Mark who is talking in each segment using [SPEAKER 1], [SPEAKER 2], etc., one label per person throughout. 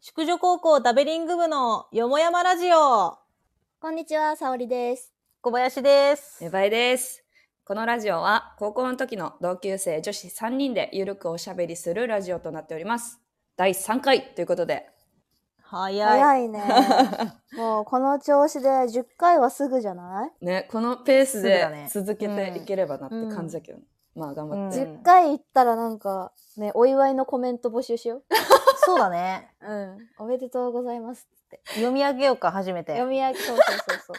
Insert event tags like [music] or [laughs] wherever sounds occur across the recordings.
[SPEAKER 1] 宿女高校ダベリング部のよもやまラジオ
[SPEAKER 2] こんにちは、さおりです。
[SPEAKER 1] 小林です
[SPEAKER 3] ゆばいです。このラジオは高校の時の同級生女子3人でゆるくおしゃべりするラジオとなっております。第3回ということで。
[SPEAKER 1] 早い
[SPEAKER 2] 早いね。もうこの調子で10回はすぐじゃない、
[SPEAKER 3] ね、このペース
[SPEAKER 1] そうだね
[SPEAKER 3] で続けていければなって感じだけど、まあ頑張って。
[SPEAKER 1] うん
[SPEAKER 2] ?10 回行ったらなんか、ね、お祝いのコメント募集しよ
[SPEAKER 1] そうだね
[SPEAKER 2] う。うん。おめでとうございます。
[SPEAKER 1] 読み上げようか初 [laughs] めて
[SPEAKER 2] 読み上げ、そうそうそうそう。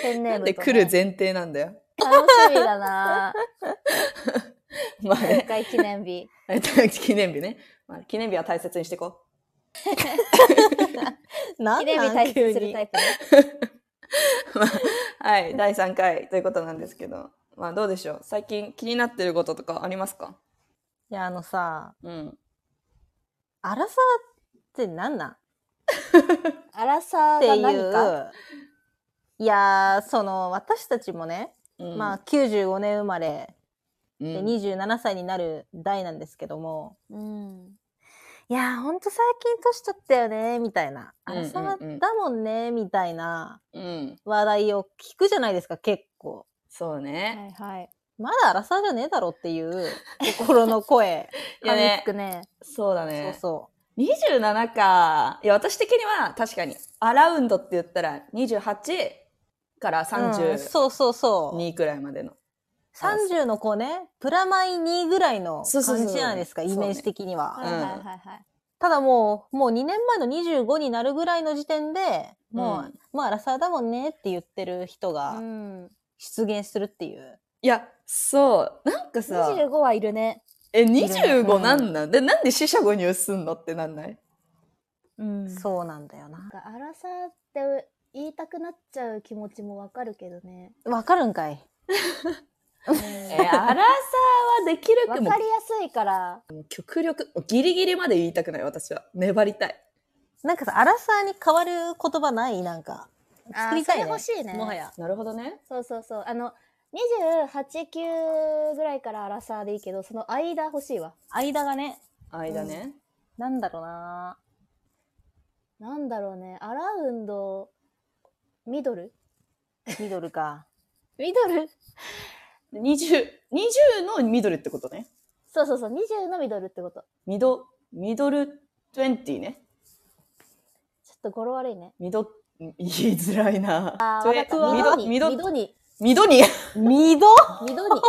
[SPEAKER 2] ペンネー
[SPEAKER 3] なん
[SPEAKER 2] ムと、ね。
[SPEAKER 3] で来る前提なんだよ。
[SPEAKER 2] 楽しみだな
[SPEAKER 3] まあ
[SPEAKER 2] 10
[SPEAKER 3] ね、 [laughs]
[SPEAKER 2] 回記念日。
[SPEAKER 3] 記念日ね、まあ。記念日は大切にしていこ
[SPEAKER 1] な
[SPEAKER 2] 記
[SPEAKER 1] ん
[SPEAKER 2] 念日
[SPEAKER 1] な
[SPEAKER 2] 大
[SPEAKER 1] ん急
[SPEAKER 2] 切する
[SPEAKER 1] に
[SPEAKER 2] タイプね。
[SPEAKER 3] う。まあはい、第3回ということなんですけど、まあどうでしょう。最近気になってることとかありますか
[SPEAKER 1] いやあのさ
[SPEAKER 3] うん。
[SPEAKER 1] アラサーってなんなんっ
[SPEAKER 2] アラサー
[SPEAKER 1] て
[SPEAKER 2] が
[SPEAKER 1] い
[SPEAKER 2] 何か
[SPEAKER 1] ういやーその私たちもね、
[SPEAKER 3] うん
[SPEAKER 1] まあ、95年生まれ
[SPEAKER 3] うん
[SPEAKER 1] で27歳になる代なんですけども、
[SPEAKER 2] うん。
[SPEAKER 1] いやーほんと最近年取ったよねみたいなア
[SPEAKER 3] うんうんう
[SPEAKER 1] ラ
[SPEAKER 3] ん
[SPEAKER 1] サーだもんねみたいな
[SPEAKER 3] うん、
[SPEAKER 1] 話題を聞くじゃないですか結構。
[SPEAKER 3] そうね。
[SPEAKER 2] はいはい。
[SPEAKER 1] まだ荒さじゃねえだろっていう
[SPEAKER 2] [laughs]
[SPEAKER 1] 心の声。
[SPEAKER 3] いや
[SPEAKER 2] 噛み
[SPEAKER 3] ね
[SPEAKER 2] つくね。
[SPEAKER 3] そうだ
[SPEAKER 1] そう
[SPEAKER 3] ね。
[SPEAKER 1] そ
[SPEAKER 3] 27か。いや、私的には確かに、アラウンドって言ったら28か
[SPEAKER 1] う。
[SPEAKER 3] ら
[SPEAKER 1] うん
[SPEAKER 3] 32
[SPEAKER 1] そうそうそう。
[SPEAKER 3] くらいまでの。
[SPEAKER 1] 30の子ね、プラマイ2ぐらいの
[SPEAKER 3] そうそうそう
[SPEAKER 1] 感じじゃないですか、
[SPEAKER 3] そう
[SPEAKER 1] イ
[SPEAKER 3] ね
[SPEAKER 1] メージ的には。
[SPEAKER 2] はいはいはいはい。
[SPEAKER 1] ただもう、もう2年前の25になるぐらいの時点で、もう、
[SPEAKER 3] うん
[SPEAKER 1] もう荒さだもんねって言ってる人
[SPEAKER 2] う
[SPEAKER 1] が
[SPEAKER 2] ん、
[SPEAKER 1] 出現するっていう。
[SPEAKER 3] いや、そう。なんかさ、
[SPEAKER 2] 25はいるね。
[SPEAKER 3] え、
[SPEAKER 1] う
[SPEAKER 3] 25
[SPEAKER 1] ん
[SPEAKER 3] なんなんで、なんで四捨五入すんのってなんない
[SPEAKER 2] うん
[SPEAKER 1] そうなんだよな。
[SPEAKER 2] なんかアラサーって言いたくなっちゃう気持ちもわかるけど [laughs] ね。
[SPEAKER 1] わかるんかい。
[SPEAKER 3] え、アラサーはできる
[SPEAKER 2] わ
[SPEAKER 3] け
[SPEAKER 2] か
[SPEAKER 3] ど、
[SPEAKER 2] り
[SPEAKER 3] も
[SPEAKER 2] やすいから。
[SPEAKER 3] う極力、もうギリギリまで言いたくない、私は。粘りたい。
[SPEAKER 1] なんかさ、荒さに変わる言葉ないなんか。作りたい、ね。
[SPEAKER 2] あーそれ欲しいね
[SPEAKER 1] もはや。
[SPEAKER 3] なるほどね。
[SPEAKER 2] そうそうそう。あの、28、9ぐらいからアラサーでいいけど、その間欲しいわ。
[SPEAKER 1] 間がね、
[SPEAKER 3] 間ね。
[SPEAKER 1] なんだろうな
[SPEAKER 2] なんだろうね。アラウンド、ミドル
[SPEAKER 1] ミドルか。
[SPEAKER 2] ミドル
[SPEAKER 3] 20、20のミドルってことね。
[SPEAKER 2] そうそうそう。20のミドルってこと。
[SPEAKER 3] ミド、ミドル20ね。
[SPEAKER 2] ちょっと語呂悪いね。
[SPEAKER 3] ミド、言いづらいな。
[SPEAKER 2] あ
[SPEAKER 3] そ
[SPEAKER 2] ー、
[SPEAKER 3] れ
[SPEAKER 2] わか
[SPEAKER 3] ミ
[SPEAKER 2] った。
[SPEAKER 3] ド、
[SPEAKER 2] ミ
[SPEAKER 3] ミ
[SPEAKER 2] ドニ。ミ
[SPEAKER 3] ド、
[SPEAKER 2] ドニ。
[SPEAKER 3] ミドに。
[SPEAKER 1] ミド
[SPEAKER 2] ミド [laughs] ニ。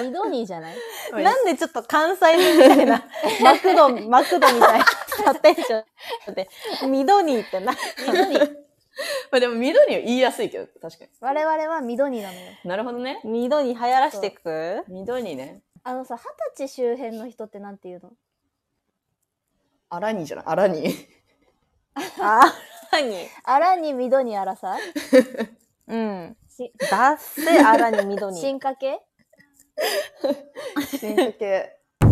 [SPEAKER 2] ミドニじゃない
[SPEAKER 1] なんでちょっと関西弁みたい [laughs] な、マクド、マクドみたいなテンションで、ミドニーってな。
[SPEAKER 2] ミドニ。
[SPEAKER 3] まあでも、ミドには言いやすいけど、確かに。
[SPEAKER 2] 我々はミドニなのよ。
[SPEAKER 3] なるほどね。
[SPEAKER 1] ミドニー流行らしてく
[SPEAKER 3] ミドにね。
[SPEAKER 2] あのさ、二十歳周辺の人ってなんて言うの
[SPEAKER 3] アラニじゃないアラニ。
[SPEAKER 1] あ、なに
[SPEAKER 2] あらにみどにあらさ
[SPEAKER 1] うん。
[SPEAKER 2] し
[SPEAKER 1] だっせ、あらにミドニー。
[SPEAKER 2] 進化系、
[SPEAKER 3] 進化系。
[SPEAKER 2] あ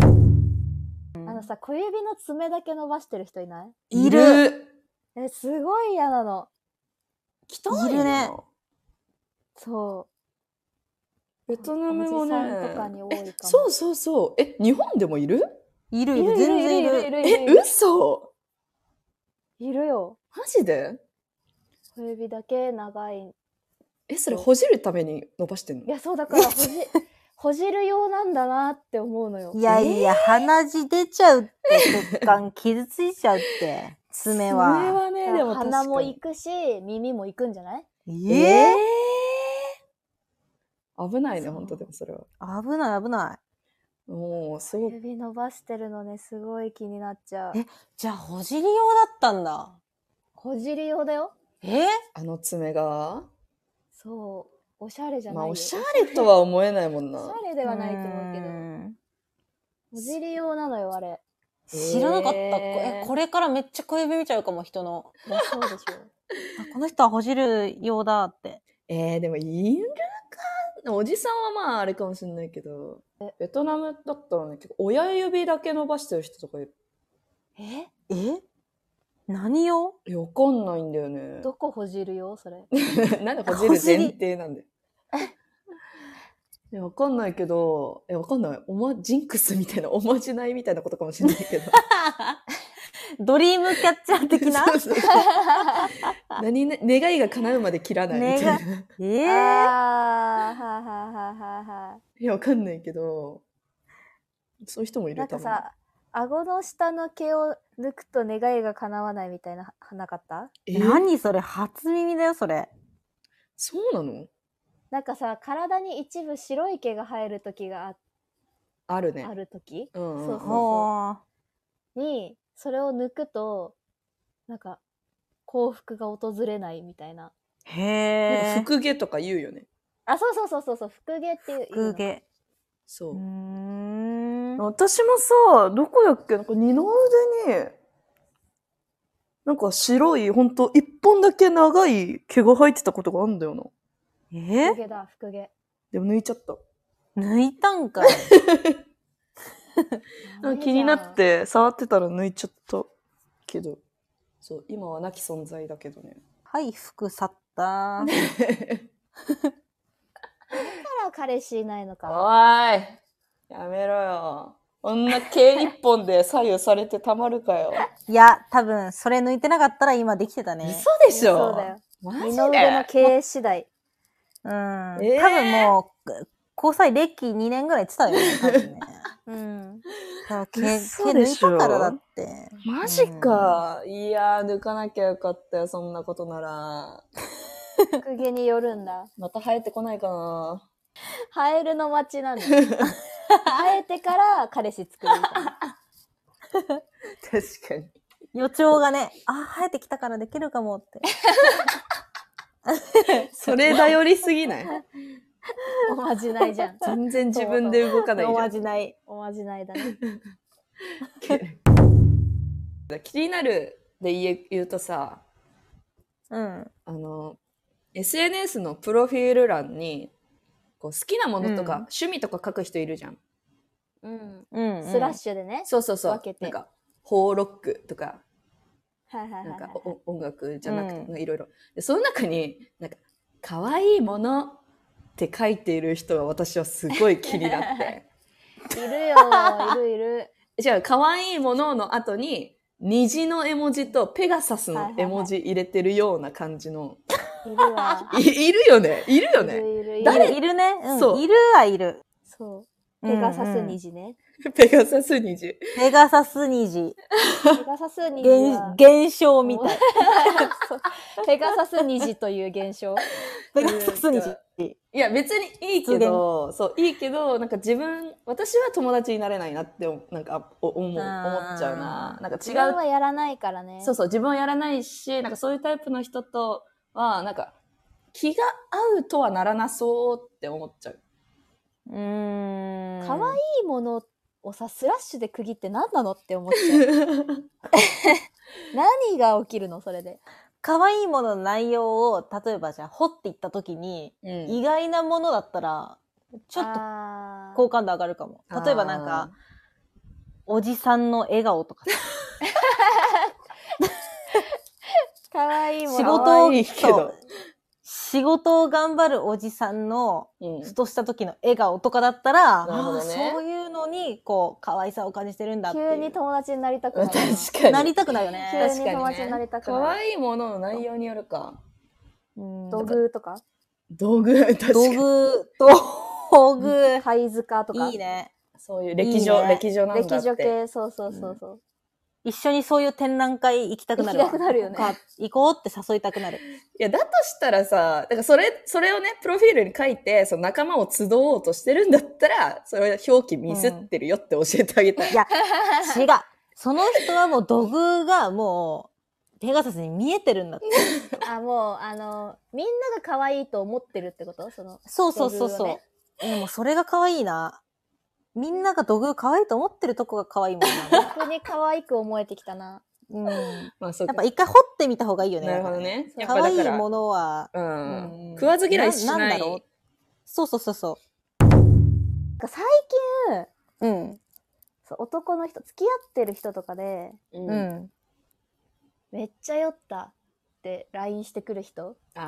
[SPEAKER 2] のさ、小指の爪だけ伸ばしてる人いない
[SPEAKER 1] いる。
[SPEAKER 2] え、すごい嫌なの。
[SPEAKER 3] 汚い
[SPEAKER 1] いるね。
[SPEAKER 2] そう。
[SPEAKER 3] ベトナム
[SPEAKER 2] お
[SPEAKER 3] も
[SPEAKER 2] じ
[SPEAKER 3] ね
[SPEAKER 2] さんとかに多いかも。
[SPEAKER 3] そうそうそう。え、日本でもいる
[SPEAKER 1] いる
[SPEAKER 2] い
[SPEAKER 1] い
[SPEAKER 2] る
[SPEAKER 1] る、
[SPEAKER 2] い
[SPEAKER 1] 全然い
[SPEAKER 2] るいる
[SPEAKER 1] る。
[SPEAKER 2] いるい
[SPEAKER 3] え、
[SPEAKER 2] る
[SPEAKER 3] 嘘
[SPEAKER 2] いるよ。
[SPEAKER 3] マジで
[SPEAKER 2] 小指だけ長い。い
[SPEAKER 3] え、それ、ほじるために伸ばしてんの
[SPEAKER 2] や、そうだ
[SPEAKER 3] [laughs]
[SPEAKER 2] から、ほじ、ほじるようなんだなって思うのよ。
[SPEAKER 1] いやいや、鼻血出ちゃうって、血管傷ついちゃうって、爪
[SPEAKER 3] 爪
[SPEAKER 1] は。
[SPEAKER 3] は
[SPEAKER 2] だ
[SPEAKER 3] ね、
[SPEAKER 2] か
[SPEAKER 3] で
[SPEAKER 2] ら
[SPEAKER 3] も確かに。
[SPEAKER 2] 鼻も行くし、耳も行くんじゃない
[SPEAKER 1] え
[SPEAKER 3] え
[SPEAKER 1] え
[SPEAKER 3] ー危ないね、
[SPEAKER 2] そう
[SPEAKER 3] 本当でもそれは。
[SPEAKER 1] 危ない危ない。
[SPEAKER 3] もう、すご
[SPEAKER 2] 小
[SPEAKER 3] く。
[SPEAKER 2] 指伸ばしてるのね、すごい気になっちゃう
[SPEAKER 1] え。じゃあ、ほじり用だったんだ。
[SPEAKER 2] ほじり用だよ。
[SPEAKER 1] え
[SPEAKER 3] あの爪が。
[SPEAKER 2] そう。おしゃれじゃない
[SPEAKER 3] まあ、
[SPEAKER 2] よ。
[SPEAKER 3] おしゃれとは思えない
[SPEAKER 2] [laughs]
[SPEAKER 3] もん
[SPEAKER 2] おし
[SPEAKER 3] な。
[SPEAKER 2] ゃれではないと思うけど。
[SPEAKER 1] ど。
[SPEAKER 2] おじり用なのよ、あれ。
[SPEAKER 3] [laughs]
[SPEAKER 1] 知らなかった、
[SPEAKER 3] え
[SPEAKER 1] え
[SPEAKER 3] ー
[SPEAKER 1] これからめっちゃ小指見ちゃうかも人の
[SPEAKER 2] いやそうでしょ。
[SPEAKER 1] あこの人はほじる用だって
[SPEAKER 3] えー、でも、いるかおじさんはまあ、あれかもしれないけど、ベトナムだったらね、結構、親指だけ伸ばしてる人とかいる。
[SPEAKER 2] え
[SPEAKER 1] え何用
[SPEAKER 3] いやわかんないんだよ
[SPEAKER 2] [laughs]
[SPEAKER 3] ね。
[SPEAKER 2] どこほじるよ、それ。
[SPEAKER 3] [laughs] なんでほ
[SPEAKER 1] ほじ
[SPEAKER 3] じる
[SPEAKER 1] り
[SPEAKER 3] 前提なんだよ。 [laughs] いやわかんないけど、え、わかんない。おま、ジンクスみたいな、おまじないみたいなことかもしれないけど。
[SPEAKER 1] ドリームキャッチャー的 [laughs] な
[SPEAKER 3] そうそうそう何ね願いが叶うまで切らないみたいな。
[SPEAKER 1] え
[SPEAKER 2] え
[SPEAKER 1] ー、
[SPEAKER 2] あーはあはあはあはあはい
[SPEAKER 3] や、わかんないけど、そういう人もい
[SPEAKER 2] な
[SPEAKER 3] る
[SPEAKER 2] んかさ顎の下の毛を抜くと願いが叶わないみたいなはなかった
[SPEAKER 3] 多分え
[SPEAKER 1] 何それ初耳だよ、それ。
[SPEAKER 3] そうなの
[SPEAKER 2] なんかさ体に一部白い毛が生える時があ
[SPEAKER 3] あるね
[SPEAKER 2] あ。る時
[SPEAKER 3] うんうんうん
[SPEAKER 2] そうそう
[SPEAKER 1] おー
[SPEAKER 2] にそれを抜くとなんか幸福が訪れないみたいな
[SPEAKER 1] へ
[SPEAKER 3] なんか
[SPEAKER 1] え。
[SPEAKER 3] 福毛とか言うよね。
[SPEAKER 2] あそうそうそうそうそう福毛っていう
[SPEAKER 1] 福毛。
[SPEAKER 3] そうう。
[SPEAKER 1] ーん。
[SPEAKER 3] 私もさ、どこやっけなんか二の腕に、なんか白い、ほんと、一本だけ長い毛が生えてたことがあるんだよな。
[SPEAKER 1] え
[SPEAKER 2] 福毛だ福毛
[SPEAKER 3] でも抜いちゃった。
[SPEAKER 1] 抜いたんかい。
[SPEAKER 3] なんか気になって、触ってたら抜いちゃったけど。そう、今はなき存在だけどね。
[SPEAKER 1] [laughs] はい、服去 [laughs] った。
[SPEAKER 2] だから彼氏いないのか
[SPEAKER 3] おいやめろよ。こんな毛一本で左右されてたまるかよ。
[SPEAKER 1] いや、多分、それ抜いてなかったら今できてたね。
[SPEAKER 3] [laughs] 嘘でしょ
[SPEAKER 2] そうだよ
[SPEAKER 3] マ
[SPEAKER 2] 二
[SPEAKER 3] ジ
[SPEAKER 2] の腕の
[SPEAKER 3] で
[SPEAKER 2] 経営次第
[SPEAKER 1] うん。多
[SPEAKER 3] えー
[SPEAKER 1] 分もう、交際歴2年ぐらいってたよね、多分ね。
[SPEAKER 2] うん
[SPEAKER 1] 多分毛
[SPEAKER 3] 嘘
[SPEAKER 1] 毛
[SPEAKER 3] で
[SPEAKER 1] 抜
[SPEAKER 3] し
[SPEAKER 1] い
[SPEAKER 3] ょ
[SPEAKER 1] たからだって。
[SPEAKER 3] マジか。いやー、抜かなきゃよかったよ、そんなことなら。
[SPEAKER 2] 福毛によるんだ
[SPEAKER 3] また生えてこないかな。
[SPEAKER 2] ハエルの街 [laughs] なんだ生えてから彼氏作るみたいな
[SPEAKER 3] 確かに。
[SPEAKER 1] 予兆がね、あ、生えてきたからできるかもって。 [laughs]
[SPEAKER 3] それ頼りすぎ [laughs] ない
[SPEAKER 2] おまじないじゃん
[SPEAKER 3] 全然自分で動かない
[SPEAKER 1] おま
[SPEAKER 3] じ
[SPEAKER 1] じない。
[SPEAKER 2] おまじないだね
[SPEAKER 3] ゃん。 [laughs] 気になるで言え言うとさ、
[SPEAKER 1] うん。
[SPEAKER 3] あの、SNS のプロフィール欄に、こう好きなものとか、
[SPEAKER 1] うん
[SPEAKER 3] 趣味とか書く人いるじゃん。
[SPEAKER 2] うん
[SPEAKER 1] うん、うん。
[SPEAKER 2] スラッシュでね
[SPEAKER 3] そうそうそう。
[SPEAKER 2] 分けて
[SPEAKER 3] なんか、ホーロックとか、
[SPEAKER 2] はいはいはい
[SPEAKER 3] なん
[SPEAKER 2] はい
[SPEAKER 3] かお音楽じゃなくて、
[SPEAKER 1] うん
[SPEAKER 3] なんかいろいろ。で、その中に、なんか、可愛いものって書いている人が私はすごい気になって。
[SPEAKER 2] いるよいるいる
[SPEAKER 3] [laughs] じゃあ、可愛いものの後に、虹の絵文字とペガサス
[SPEAKER 2] はいはい
[SPEAKER 3] の
[SPEAKER 2] はい
[SPEAKER 3] 絵文字入れてるような感じの、
[SPEAKER 2] いるわ
[SPEAKER 3] いいるよねいるよ
[SPEAKER 2] い
[SPEAKER 3] ね
[SPEAKER 2] るいるいる
[SPEAKER 1] 誰いるね。うん。
[SPEAKER 3] そう
[SPEAKER 1] いるはいる。
[SPEAKER 2] そう。ペガサス
[SPEAKER 1] うんうん
[SPEAKER 2] 虹ね。
[SPEAKER 3] ペガサス虹。
[SPEAKER 1] ペガサス虹。
[SPEAKER 2] ペガサス虹は。
[SPEAKER 1] 現現象みたい。
[SPEAKER 2] そうペガサス虹という現象。
[SPEAKER 1] ペガサス虹。
[SPEAKER 3] いや、別にいいけど、そう、いいけど、なんか自分、私は友達になれないなって思、なんかお思う、思っ
[SPEAKER 1] あー
[SPEAKER 3] ちゃうな。なんか違
[SPEAKER 2] 自分は
[SPEAKER 3] う、
[SPEAKER 2] やらないからね。
[SPEAKER 3] そうそう、自分はやらないし、なんかそういうタイプの人とは、なんか、気が合うとはならなそうって思っちゃう。
[SPEAKER 1] うーん。
[SPEAKER 2] 可愛いものをさ、スラッシュで区切って何なのって思っちゃう。 [laughs] 何が起きるのそれで。
[SPEAKER 1] 可愛いものの内容を、例えばじゃあ、掘っていったときに、
[SPEAKER 3] うん
[SPEAKER 1] 意外なものだったら、ちょっと
[SPEAKER 2] あー
[SPEAKER 1] 好感度上がるかも。例えばなんか、、おじさんの笑顔とかさ、
[SPEAKER 2] 可愛いも
[SPEAKER 1] 仕
[SPEAKER 2] の。
[SPEAKER 1] 事を
[SPEAKER 3] いいけど
[SPEAKER 1] そう仕事を頑張るおじさんの、
[SPEAKER 3] あーうん
[SPEAKER 1] ふとした時の笑顔とかだったら、
[SPEAKER 3] なるほどね
[SPEAKER 1] あーそういうのに、こう、可愛さを感じてるんだっていう。
[SPEAKER 2] 急に友達になりたくな
[SPEAKER 3] 確
[SPEAKER 2] るな。
[SPEAKER 3] かに。
[SPEAKER 1] なりたくないよね。
[SPEAKER 2] 急に友達になりたくなる
[SPEAKER 3] 可愛いものの内容によるか。
[SPEAKER 1] うん
[SPEAKER 2] 土偶とか
[SPEAKER 3] 道具、 [laughs] 確か
[SPEAKER 1] 道
[SPEAKER 3] に。
[SPEAKER 1] 具、道具、
[SPEAKER 2] 貝塚とか。
[SPEAKER 1] いいね。
[SPEAKER 3] そういう歴女、
[SPEAKER 1] いいね
[SPEAKER 3] 歴女なんだって。
[SPEAKER 2] 歴女系、そうそうそうそう。
[SPEAKER 1] 一緒にそういう展覧会行きたくなるわ。
[SPEAKER 2] 行きたくなるよね
[SPEAKER 1] か行こうって誘いたくなる。
[SPEAKER 3] いや、だとしたらさ、だからそれ、それをね、プロフィールに書いて、その仲間を集おうとしてるんだったら、それは表記ミスってるよって教えてあげたい。
[SPEAKER 1] いや、違う。その人はもう土偶がもう、ペガサスに見えてるんだって。
[SPEAKER 2] あ、もう、あの、みんなが可愛いと思ってるってことその、
[SPEAKER 1] そうそうそうそう。
[SPEAKER 2] 土偶をね
[SPEAKER 1] でもそれが可愛いな。みんなが土偶可愛いと思ってるとこが可愛いもん
[SPEAKER 2] 逆に可愛く思えてきたな。
[SPEAKER 1] な。 [laughs] うん。
[SPEAKER 3] まあ、そう
[SPEAKER 1] やっ
[SPEAKER 3] か
[SPEAKER 1] ぱ。一回掘ってみた方がいいよね。
[SPEAKER 3] なるほどね。やっぱ
[SPEAKER 1] 可
[SPEAKER 3] だ
[SPEAKER 1] 愛
[SPEAKER 3] か
[SPEAKER 1] い
[SPEAKER 3] ら、
[SPEAKER 1] ものは、
[SPEAKER 3] うん
[SPEAKER 1] うん
[SPEAKER 3] 食わず嫌いし
[SPEAKER 1] な
[SPEAKER 3] な
[SPEAKER 1] なん
[SPEAKER 3] い。
[SPEAKER 1] だろそうそうそうそ
[SPEAKER 2] なんか最近、
[SPEAKER 1] う。うん。
[SPEAKER 2] そう男の人、付き合ってる人とかで、
[SPEAKER 3] うん
[SPEAKER 1] うん。
[SPEAKER 2] めっちゃ酔ったって LINE してくる人。
[SPEAKER 3] あー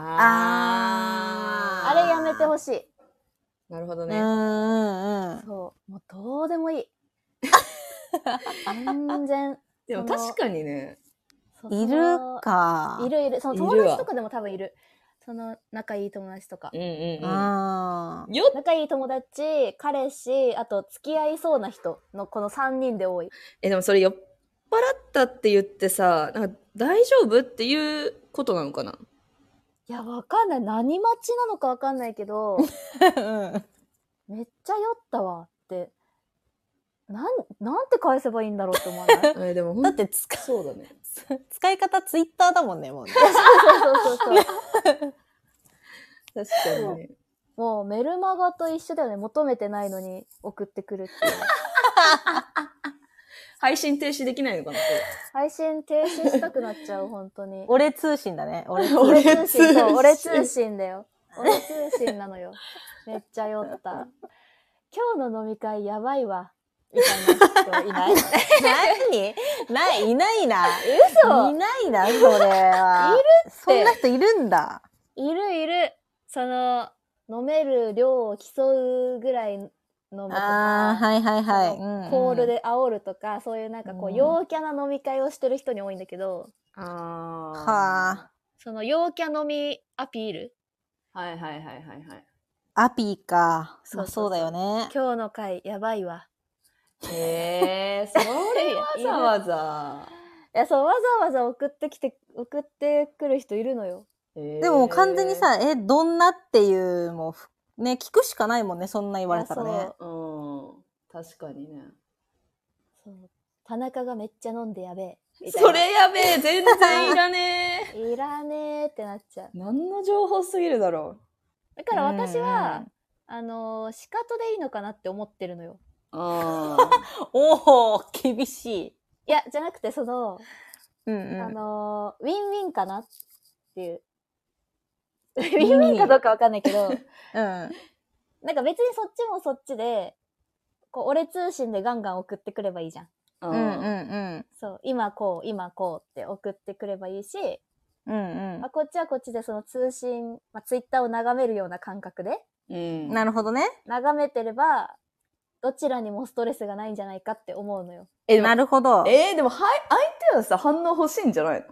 [SPEAKER 1] あー
[SPEAKER 2] あれやめてほしい。
[SPEAKER 3] なるほど
[SPEAKER 1] う
[SPEAKER 3] ね。
[SPEAKER 1] んうんうん。
[SPEAKER 2] そう。もうどうでもいい。全然、
[SPEAKER 3] い
[SPEAKER 2] で
[SPEAKER 3] で
[SPEAKER 2] も
[SPEAKER 3] も
[SPEAKER 2] 確
[SPEAKER 3] 確かにね。
[SPEAKER 2] そう
[SPEAKER 1] い
[SPEAKER 2] そ
[SPEAKER 1] る
[SPEAKER 2] の
[SPEAKER 1] か。
[SPEAKER 2] いるいる。その
[SPEAKER 3] いるわ
[SPEAKER 2] 友達とかでも多分いる。その仲いい友達とか
[SPEAKER 3] う。んうんうん。
[SPEAKER 1] あ
[SPEAKER 3] よっ
[SPEAKER 2] 仲いい友達、彼氏、あと付き合いそうな人のこの3人で多い。
[SPEAKER 3] え、でもそれ酔っ払ったって言ってさ、なんか大丈夫っていうことなのかない
[SPEAKER 2] や、わかんない。何待ちなのかわかんないけど、
[SPEAKER 1] ーうん
[SPEAKER 2] めっちゃ酔ったわって。なん、なんて返せばいいんだろうって思わないそう
[SPEAKER 3] え、でもほん
[SPEAKER 1] だって使
[SPEAKER 3] そうだね。
[SPEAKER 1] 使い方ツイッターだもんね、 [laughs] もうね。
[SPEAKER 2] そうそうそう。
[SPEAKER 3] 確かに。
[SPEAKER 2] もうメルマガと一緒だよね。求めてないのに送ってくるっていう。
[SPEAKER 3] 配信停止できないのかな
[SPEAKER 2] 配信停止したくなっ
[SPEAKER 1] [laughs]
[SPEAKER 2] ちゃう、本当に。
[SPEAKER 1] 俺通信だね。俺通信。
[SPEAKER 2] 俺通信、そう、俺
[SPEAKER 3] 俺通信
[SPEAKER 2] 通信だよ。俺通信な
[SPEAKER 1] [laughs]
[SPEAKER 2] のよ。めっちゃ酔った。今日の飲み会やばいわ。みたいな人い
[SPEAKER 1] [laughs]
[SPEAKER 2] ない。
[SPEAKER 1] 何ない、いないな。
[SPEAKER 2] 嘘
[SPEAKER 1] いないな、それは。いるってそんな人いるんだ。
[SPEAKER 2] いるいる。その、飲める量を競うぐらい飲むとか、
[SPEAKER 1] ああー、はいはいはい。
[SPEAKER 2] そ
[SPEAKER 1] うんうん
[SPEAKER 2] コール。で煽るとか、そういうなんかこ
[SPEAKER 1] う
[SPEAKER 2] う、
[SPEAKER 1] ん
[SPEAKER 2] 陽キャな飲み会をしてる人に多いんだけど、
[SPEAKER 3] あ
[SPEAKER 1] は
[SPEAKER 2] その陽キャ飲みアピール。
[SPEAKER 3] あ。はいはいはいはいはい。
[SPEAKER 1] あ。アピーか。
[SPEAKER 2] そう
[SPEAKER 1] まあ
[SPEAKER 2] そ
[SPEAKER 1] そう
[SPEAKER 2] そう
[SPEAKER 1] うだよね。
[SPEAKER 2] 今日の会やばいわ。
[SPEAKER 3] へえ、それわざわざ。
[SPEAKER 2] いや、そう、わざわざ送ってきて、送ってくる人いるのよ。
[SPEAKER 3] で
[SPEAKER 1] でも完全に、さ、え、どんなっていう、もうふ、ね、聞くしかないもんね、そんな言われたら
[SPEAKER 2] いや
[SPEAKER 1] ね
[SPEAKER 2] そ。
[SPEAKER 3] うん、確かにね。
[SPEAKER 2] そう田中がめっちゃ飲んでやべえ。みたいな
[SPEAKER 3] それやべえ、全然いらねえ。
[SPEAKER 2] いらねえってなっちゃう。
[SPEAKER 3] [laughs] 何の情報すぎるだろ
[SPEAKER 2] だから私は、
[SPEAKER 1] うんうん
[SPEAKER 2] あのー、仕方でいいのかなって思ってるのよ。
[SPEAKER 3] う。あ
[SPEAKER 1] おお厳しい。
[SPEAKER 2] いや、じゃなくて、その、
[SPEAKER 1] うん
[SPEAKER 2] あ
[SPEAKER 1] うん。
[SPEAKER 2] のー、ウィンウィンかなっていう。 [laughs] ウィンウィンかどうかわかんないけど、
[SPEAKER 1] うん。
[SPEAKER 2] なんか別にそっちもそっちで、こう、俺通信でガンガン送ってくればいいじゃん。
[SPEAKER 3] あ。
[SPEAKER 1] うんうん
[SPEAKER 2] そう、今こう、今こうって送ってくればいいし、
[SPEAKER 1] うん。うん
[SPEAKER 2] まあ、こっちはこっちでその通信、まあ、ツイッターを眺めるような感覚で、
[SPEAKER 3] うん。
[SPEAKER 1] なるほどね。
[SPEAKER 2] 眺めてれば、どちらにもストレスがないんじゃないかって思うのよ。
[SPEAKER 3] え、でも
[SPEAKER 1] なるほど。
[SPEAKER 3] えーでも、はい、相手はさ、反応欲しいんじゃないの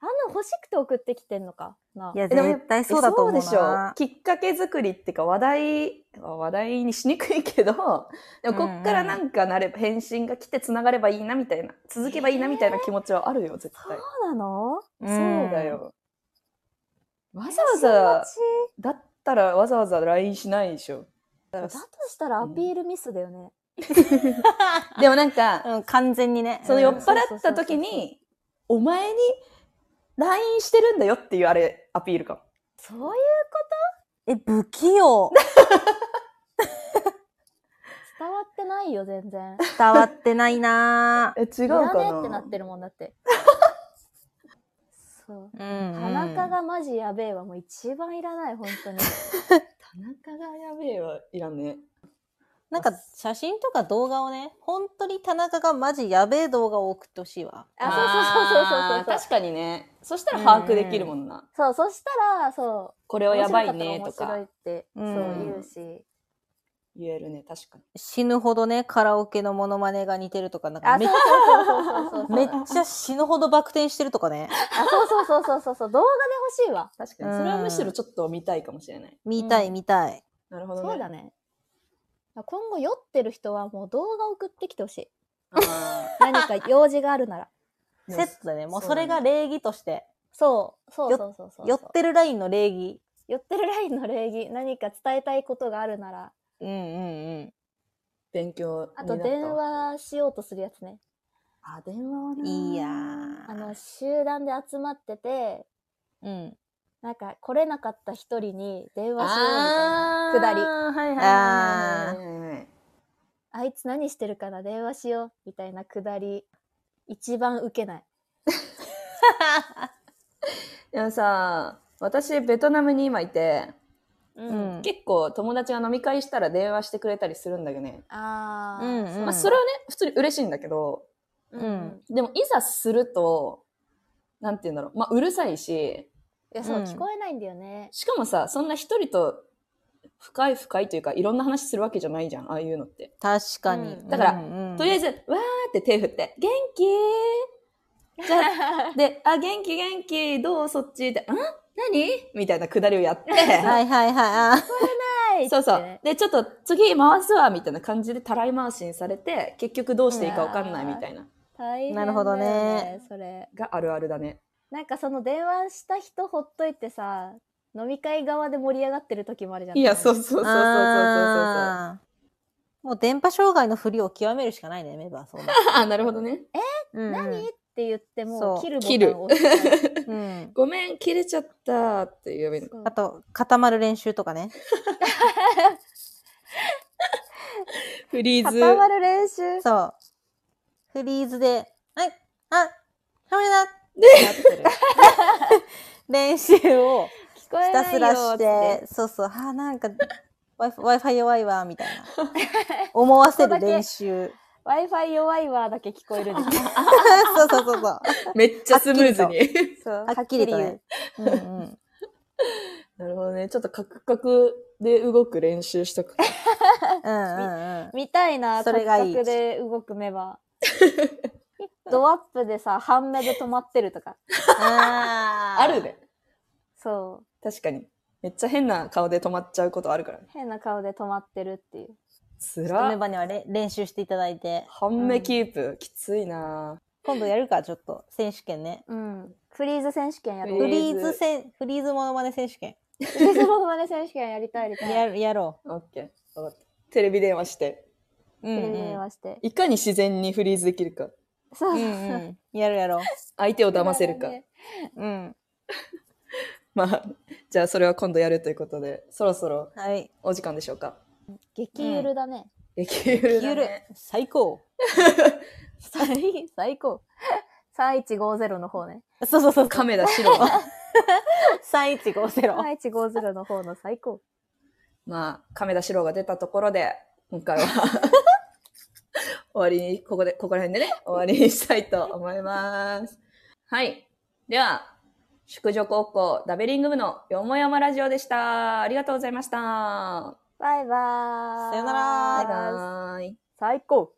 [SPEAKER 2] あんな欲しくて送ってきてんのかない
[SPEAKER 1] や、
[SPEAKER 3] えでも
[SPEAKER 1] 絶対そうだと思うな。
[SPEAKER 3] そうでしょ。きっかけ作りっていうか、話題、話題にしにくいけど、でも、こっからなんかなれば、返信が来て繋がればいいなみたいな、続けばいいなみたいな気持ちはあるよ、絶対。
[SPEAKER 2] そうなの
[SPEAKER 1] うん
[SPEAKER 3] そうだ。よ。わざわざ、だったらわざわざ LINE しないでしょ。
[SPEAKER 2] だとしたらアピールミスだよね。
[SPEAKER 3] でもなん [laughs] か、
[SPEAKER 1] うん、完全にね。
[SPEAKER 3] その酔っ
[SPEAKER 1] うん
[SPEAKER 3] 払った時に、お前に LINE してるんだよっていうあれ、アピールかも。
[SPEAKER 2] そういう
[SPEAKER 1] え、不器用。
[SPEAKER 2] 伝わってないよ、全然。
[SPEAKER 1] 伝わってないなぁ。
[SPEAKER 3] え、違
[SPEAKER 2] 違
[SPEAKER 3] うか
[SPEAKER 2] ね
[SPEAKER 3] な
[SPEAKER 2] ってなってるもんだって。 [laughs] そう。
[SPEAKER 1] うん、
[SPEAKER 2] 田中。がマジやべえはもう一番いらない、本当に。
[SPEAKER 3] 田中がやべえはいらね
[SPEAKER 1] なんか写真とか動画をね、本当に田中がマジやべえ動画を送ってほしいわ。
[SPEAKER 2] あ、そうそうそうそうそうそう。
[SPEAKER 3] 確かにね。そしたら
[SPEAKER 1] うん
[SPEAKER 3] 把握できるもんな。
[SPEAKER 2] そう、そしたら、そう。
[SPEAKER 3] これ
[SPEAKER 2] こ
[SPEAKER 3] はやばいねと
[SPEAKER 2] 面白いっ
[SPEAKER 3] か
[SPEAKER 2] て、そう
[SPEAKER 1] うん
[SPEAKER 2] 言うし。
[SPEAKER 3] 言えるね、確かに。
[SPEAKER 1] 死ぬほどね、カラオケのモノマネが似てるとか、なんか
[SPEAKER 2] あ、
[SPEAKER 1] め
[SPEAKER 2] そ
[SPEAKER 1] っ
[SPEAKER 2] うそうそうそうそうそう。
[SPEAKER 1] めっちゃ死ぬほどバク転してるとかね、
[SPEAKER 2] あ、そうそうそうそうそうそう。動画で欲しいわ。
[SPEAKER 3] 確かに。それはむしろちょっと見たいかもしれない。
[SPEAKER 1] 見たい見たい。
[SPEAKER 3] なるほどね。
[SPEAKER 2] そうだね。今後酔ってる人はもう動画送ってきてほしい。
[SPEAKER 3] あ
[SPEAKER 2] 何か用事があるなら。
[SPEAKER 3] ー。
[SPEAKER 1] セットだね。もう
[SPEAKER 3] そ
[SPEAKER 1] そ
[SPEAKER 3] うだね
[SPEAKER 1] れが礼儀として、
[SPEAKER 2] そう、そうそうそうそう。
[SPEAKER 1] 寄ってるラインの礼儀。
[SPEAKER 2] 寄ってるラインの礼儀。何か伝えたいことがあるなら。
[SPEAKER 1] うんうんうん。
[SPEAKER 3] 勉強
[SPEAKER 2] あと電。話しようとするやつね。
[SPEAKER 3] あ、電話はね。
[SPEAKER 1] いや
[SPEAKER 2] あの、集団で集まってて、
[SPEAKER 1] ー。うん。
[SPEAKER 2] なんか来れなかった一人に電話しようみたいな。ー下
[SPEAKER 3] あ
[SPEAKER 2] り
[SPEAKER 3] はい
[SPEAKER 1] あー
[SPEAKER 3] はい。
[SPEAKER 2] あいつ何してるかな電話しようみたいなくだり。一番ウケない。
[SPEAKER 3] でもさ、私、ベトナムに今いて、
[SPEAKER 2] う
[SPEAKER 1] う。ん。
[SPEAKER 3] 結構友達が飲み会したら電話してくれたりするんだよね。
[SPEAKER 2] あー。
[SPEAKER 1] うんうん
[SPEAKER 3] まあ、それはね、普通に嬉しいんだけど、
[SPEAKER 2] うんうん。
[SPEAKER 3] でも、いざすると、なんて言うんだろう。まあ、うるさいし、
[SPEAKER 2] いや、そう、
[SPEAKER 1] うん
[SPEAKER 2] 聞こえないんだよね。 [laughs]
[SPEAKER 3] しかもさ、そんな一人と、深い深いというか、いろんな話するわけじゃないじゃん、ああいうのって。
[SPEAKER 1] 確かに
[SPEAKER 2] う。ん
[SPEAKER 3] だから
[SPEAKER 1] うんうん
[SPEAKER 3] とりあえず、わーっって手振って、元気じゃあ、で、あ、元気元気、どうそっちで、ん何みたいなくだり
[SPEAKER 1] [laughs]
[SPEAKER 3] をやって、
[SPEAKER 1] はいはいはい。あ
[SPEAKER 2] はい
[SPEAKER 3] そうそ
[SPEAKER 2] って
[SPEAKER 3] う
[SPEAKER 2] ね。
[SPEAKER 3] で、ちょっと次回すわ、みたいな感じでたらい回しにされて、結局どうしていいかわかんないみたいな。
[SPEAKER 2] 大変だ
[SPEAKER 1] な
[SPEAKER 2] よね
[SPEAKER 1] るほどね。
[SPEAKER 2] それ。
[SPEAKER 3] があるあるだね。
[SPEAKER 2] なんかその電話した人ほっといてさ、飲み会側で盛り上がってる時もあるじゃん。
[SPEAKER 3] いや、そうそうそうそうそうそうそう。
[SPEAKER 1] あーもう電波障害のふりを極めるしかないね、メンバーそうな。
[SPEAKER 3] [laughs] あ、なるほどね。 [laughs]
[SPEAKER 1] うんうん
[SPEAKER 2] 何って言って
[SPEAKER 1] そ
[SPEAKER 2] も
[SPEAKER 1] う
[SPEAKER 2] 切るボ
[SPEAKER 3] 切
[SPEAKER 2] タ
[SPEAKER 3] る
[SPEAKER 2] ンを押しちゃう [laughs]
[SPEAKER 1] うん。
[SPEAKER 3] ごめん、切れちゃったって言えばいいの。
[SPEAKER 1] あと、固まる練習とかね。
[SPEAKER 3] フリーズ。
[SPEAKER 2] 固まる練習
[SPEAKER 1] そう。フリーズで、はい、あ、はめだってなってる。練習を
[SPEAKER 2] 聞こ
[SPEAKER 1] ひ
[SPEAKER 2] え
[SPEAKER 1] た
[SPEAKER 2] ない
[SPEAKER 1] す
[SPEAKER 2] よ
[SPEAKER 1] らし
[SPEAKER 2] ーって
[SPEAKER 1] て、そうそう、あ、なんか、Wi-Fi 弱いわ、みたいな。思わせる練習。
[SPEAKER 3] [laughs]
[SPEAKER 2] Wi-Fi 弱いわだけ聞こえるんだ
[SPEAKER 1] そうそうそうそう。
[SPEAKER 3] [laughs] めっちゃスムーズに。
[SPEAKER 2] そう
[SPEAKER 1] はっきりとね。うん
[SPEAKER 3] [laughs]
[SPEAKER 1] うん。
[SPEAKER 3] なるほどね。ちょっとカクカクで動く練習しとく。
[SPEAKER 1] うんうんうん。
[SPEAKER 2] 見たいな、
[SPEAKER 1] そ
[SPEAKER 2] 感
[SPEAKER 1] れがいい
[SPEAKER 2] 覚で動く目は。ドアップでさ、半目で止まってるとか。
[SPEAKER 1] あー
[SPEAKER 3] あるね。
[SPEAKER 2] そう。
[SPEAKER 3] 確かに。めっちゃ変な顔で止まっちゃうことあるからね。
[SPEAKER 2] 変な顔で止まってるっていう。
[SPEAKER 3] つ
[SPEAKER 1] ちょっとメ
[SPEAKER 3] ら
[SPEAKER 1] ン。バーにはれ練習していただいて、
[SPEAKER 3] 半目キープ、きついな
[SPEAKER 1] 今度やるか、ちょっと、選手権ね。
[SPEAKER 2] うん。フリーズ選手権やろ
[SPEAKER 3] え
[SPEAKER 2] う。
[SPEAKER 3] ー
[SPEAKER 1] フリーズ選、フリーズモノマネ選手権。
[SPEAKER 2] フリーズモノマネ選手権やりたいやりたい。
[SPEAKER 1] やるやろ
[SPEAKER 3] ぁ。オッケー。わかった。テレビ電話して。
[SPEAKER 1] う。う
[SPEAKER 2] テ
[SPEAKER 1] ん
[SPEAKER 2] レビ
[SPEAKER 1] う
[SPEAKER 2] 電
[SPEAKER 1] ん。
[SPEAKER 2] 話して。
[SPEAKER 3] いかに自然にフリーズできるか。
[SPEAKER 2] そう
[SPEAKER 1] う
[SPEAKER 2] そう。
[SPEAKER 1] んうん。 [laughs] やるやろう。
[SPEAKER 3] 相手を騙せ
[SPEAKER 2] [laughs]
[SPEAKER 3] るか。
[SPEAKER 1] うん。
[SPEAKER 3] まあ、じゃあそれは今度やるということで、そろそろ
[SPEAKER 1] はい。
[SPEAKER 3] お時間でしょうか。
[SPEAKER 2] 激ゆるだね。
[SPEAKER 3] 激ゆるだね
[SPEAKER 1] ゆる。最高。
[SPEAKER 2] 最、 [laughs] 最高。3150の方ね。
[SPEAKER 1] そうそうそう。
[SPEAKER 3] 亀田四郎。 [laughs]
[SPEAKER 1] 3150。
[SPEAKER 2] 3150の方の最高。
[SPEAKER 3] まあ、亀田四郎が出たところで、今回 [laughs] は終わりに、ここで、ここら辺でね、終わりにしたいと思います。はい。では、宿女高校ダベリング部のよもやまラジオでした。ありがとうございました。
[SPEAKER 2] バイバーイ。
[SPEAKER 1] さよなら
[SPEAKER 3] バイバーイ。
[SPEAKER 2] 最高。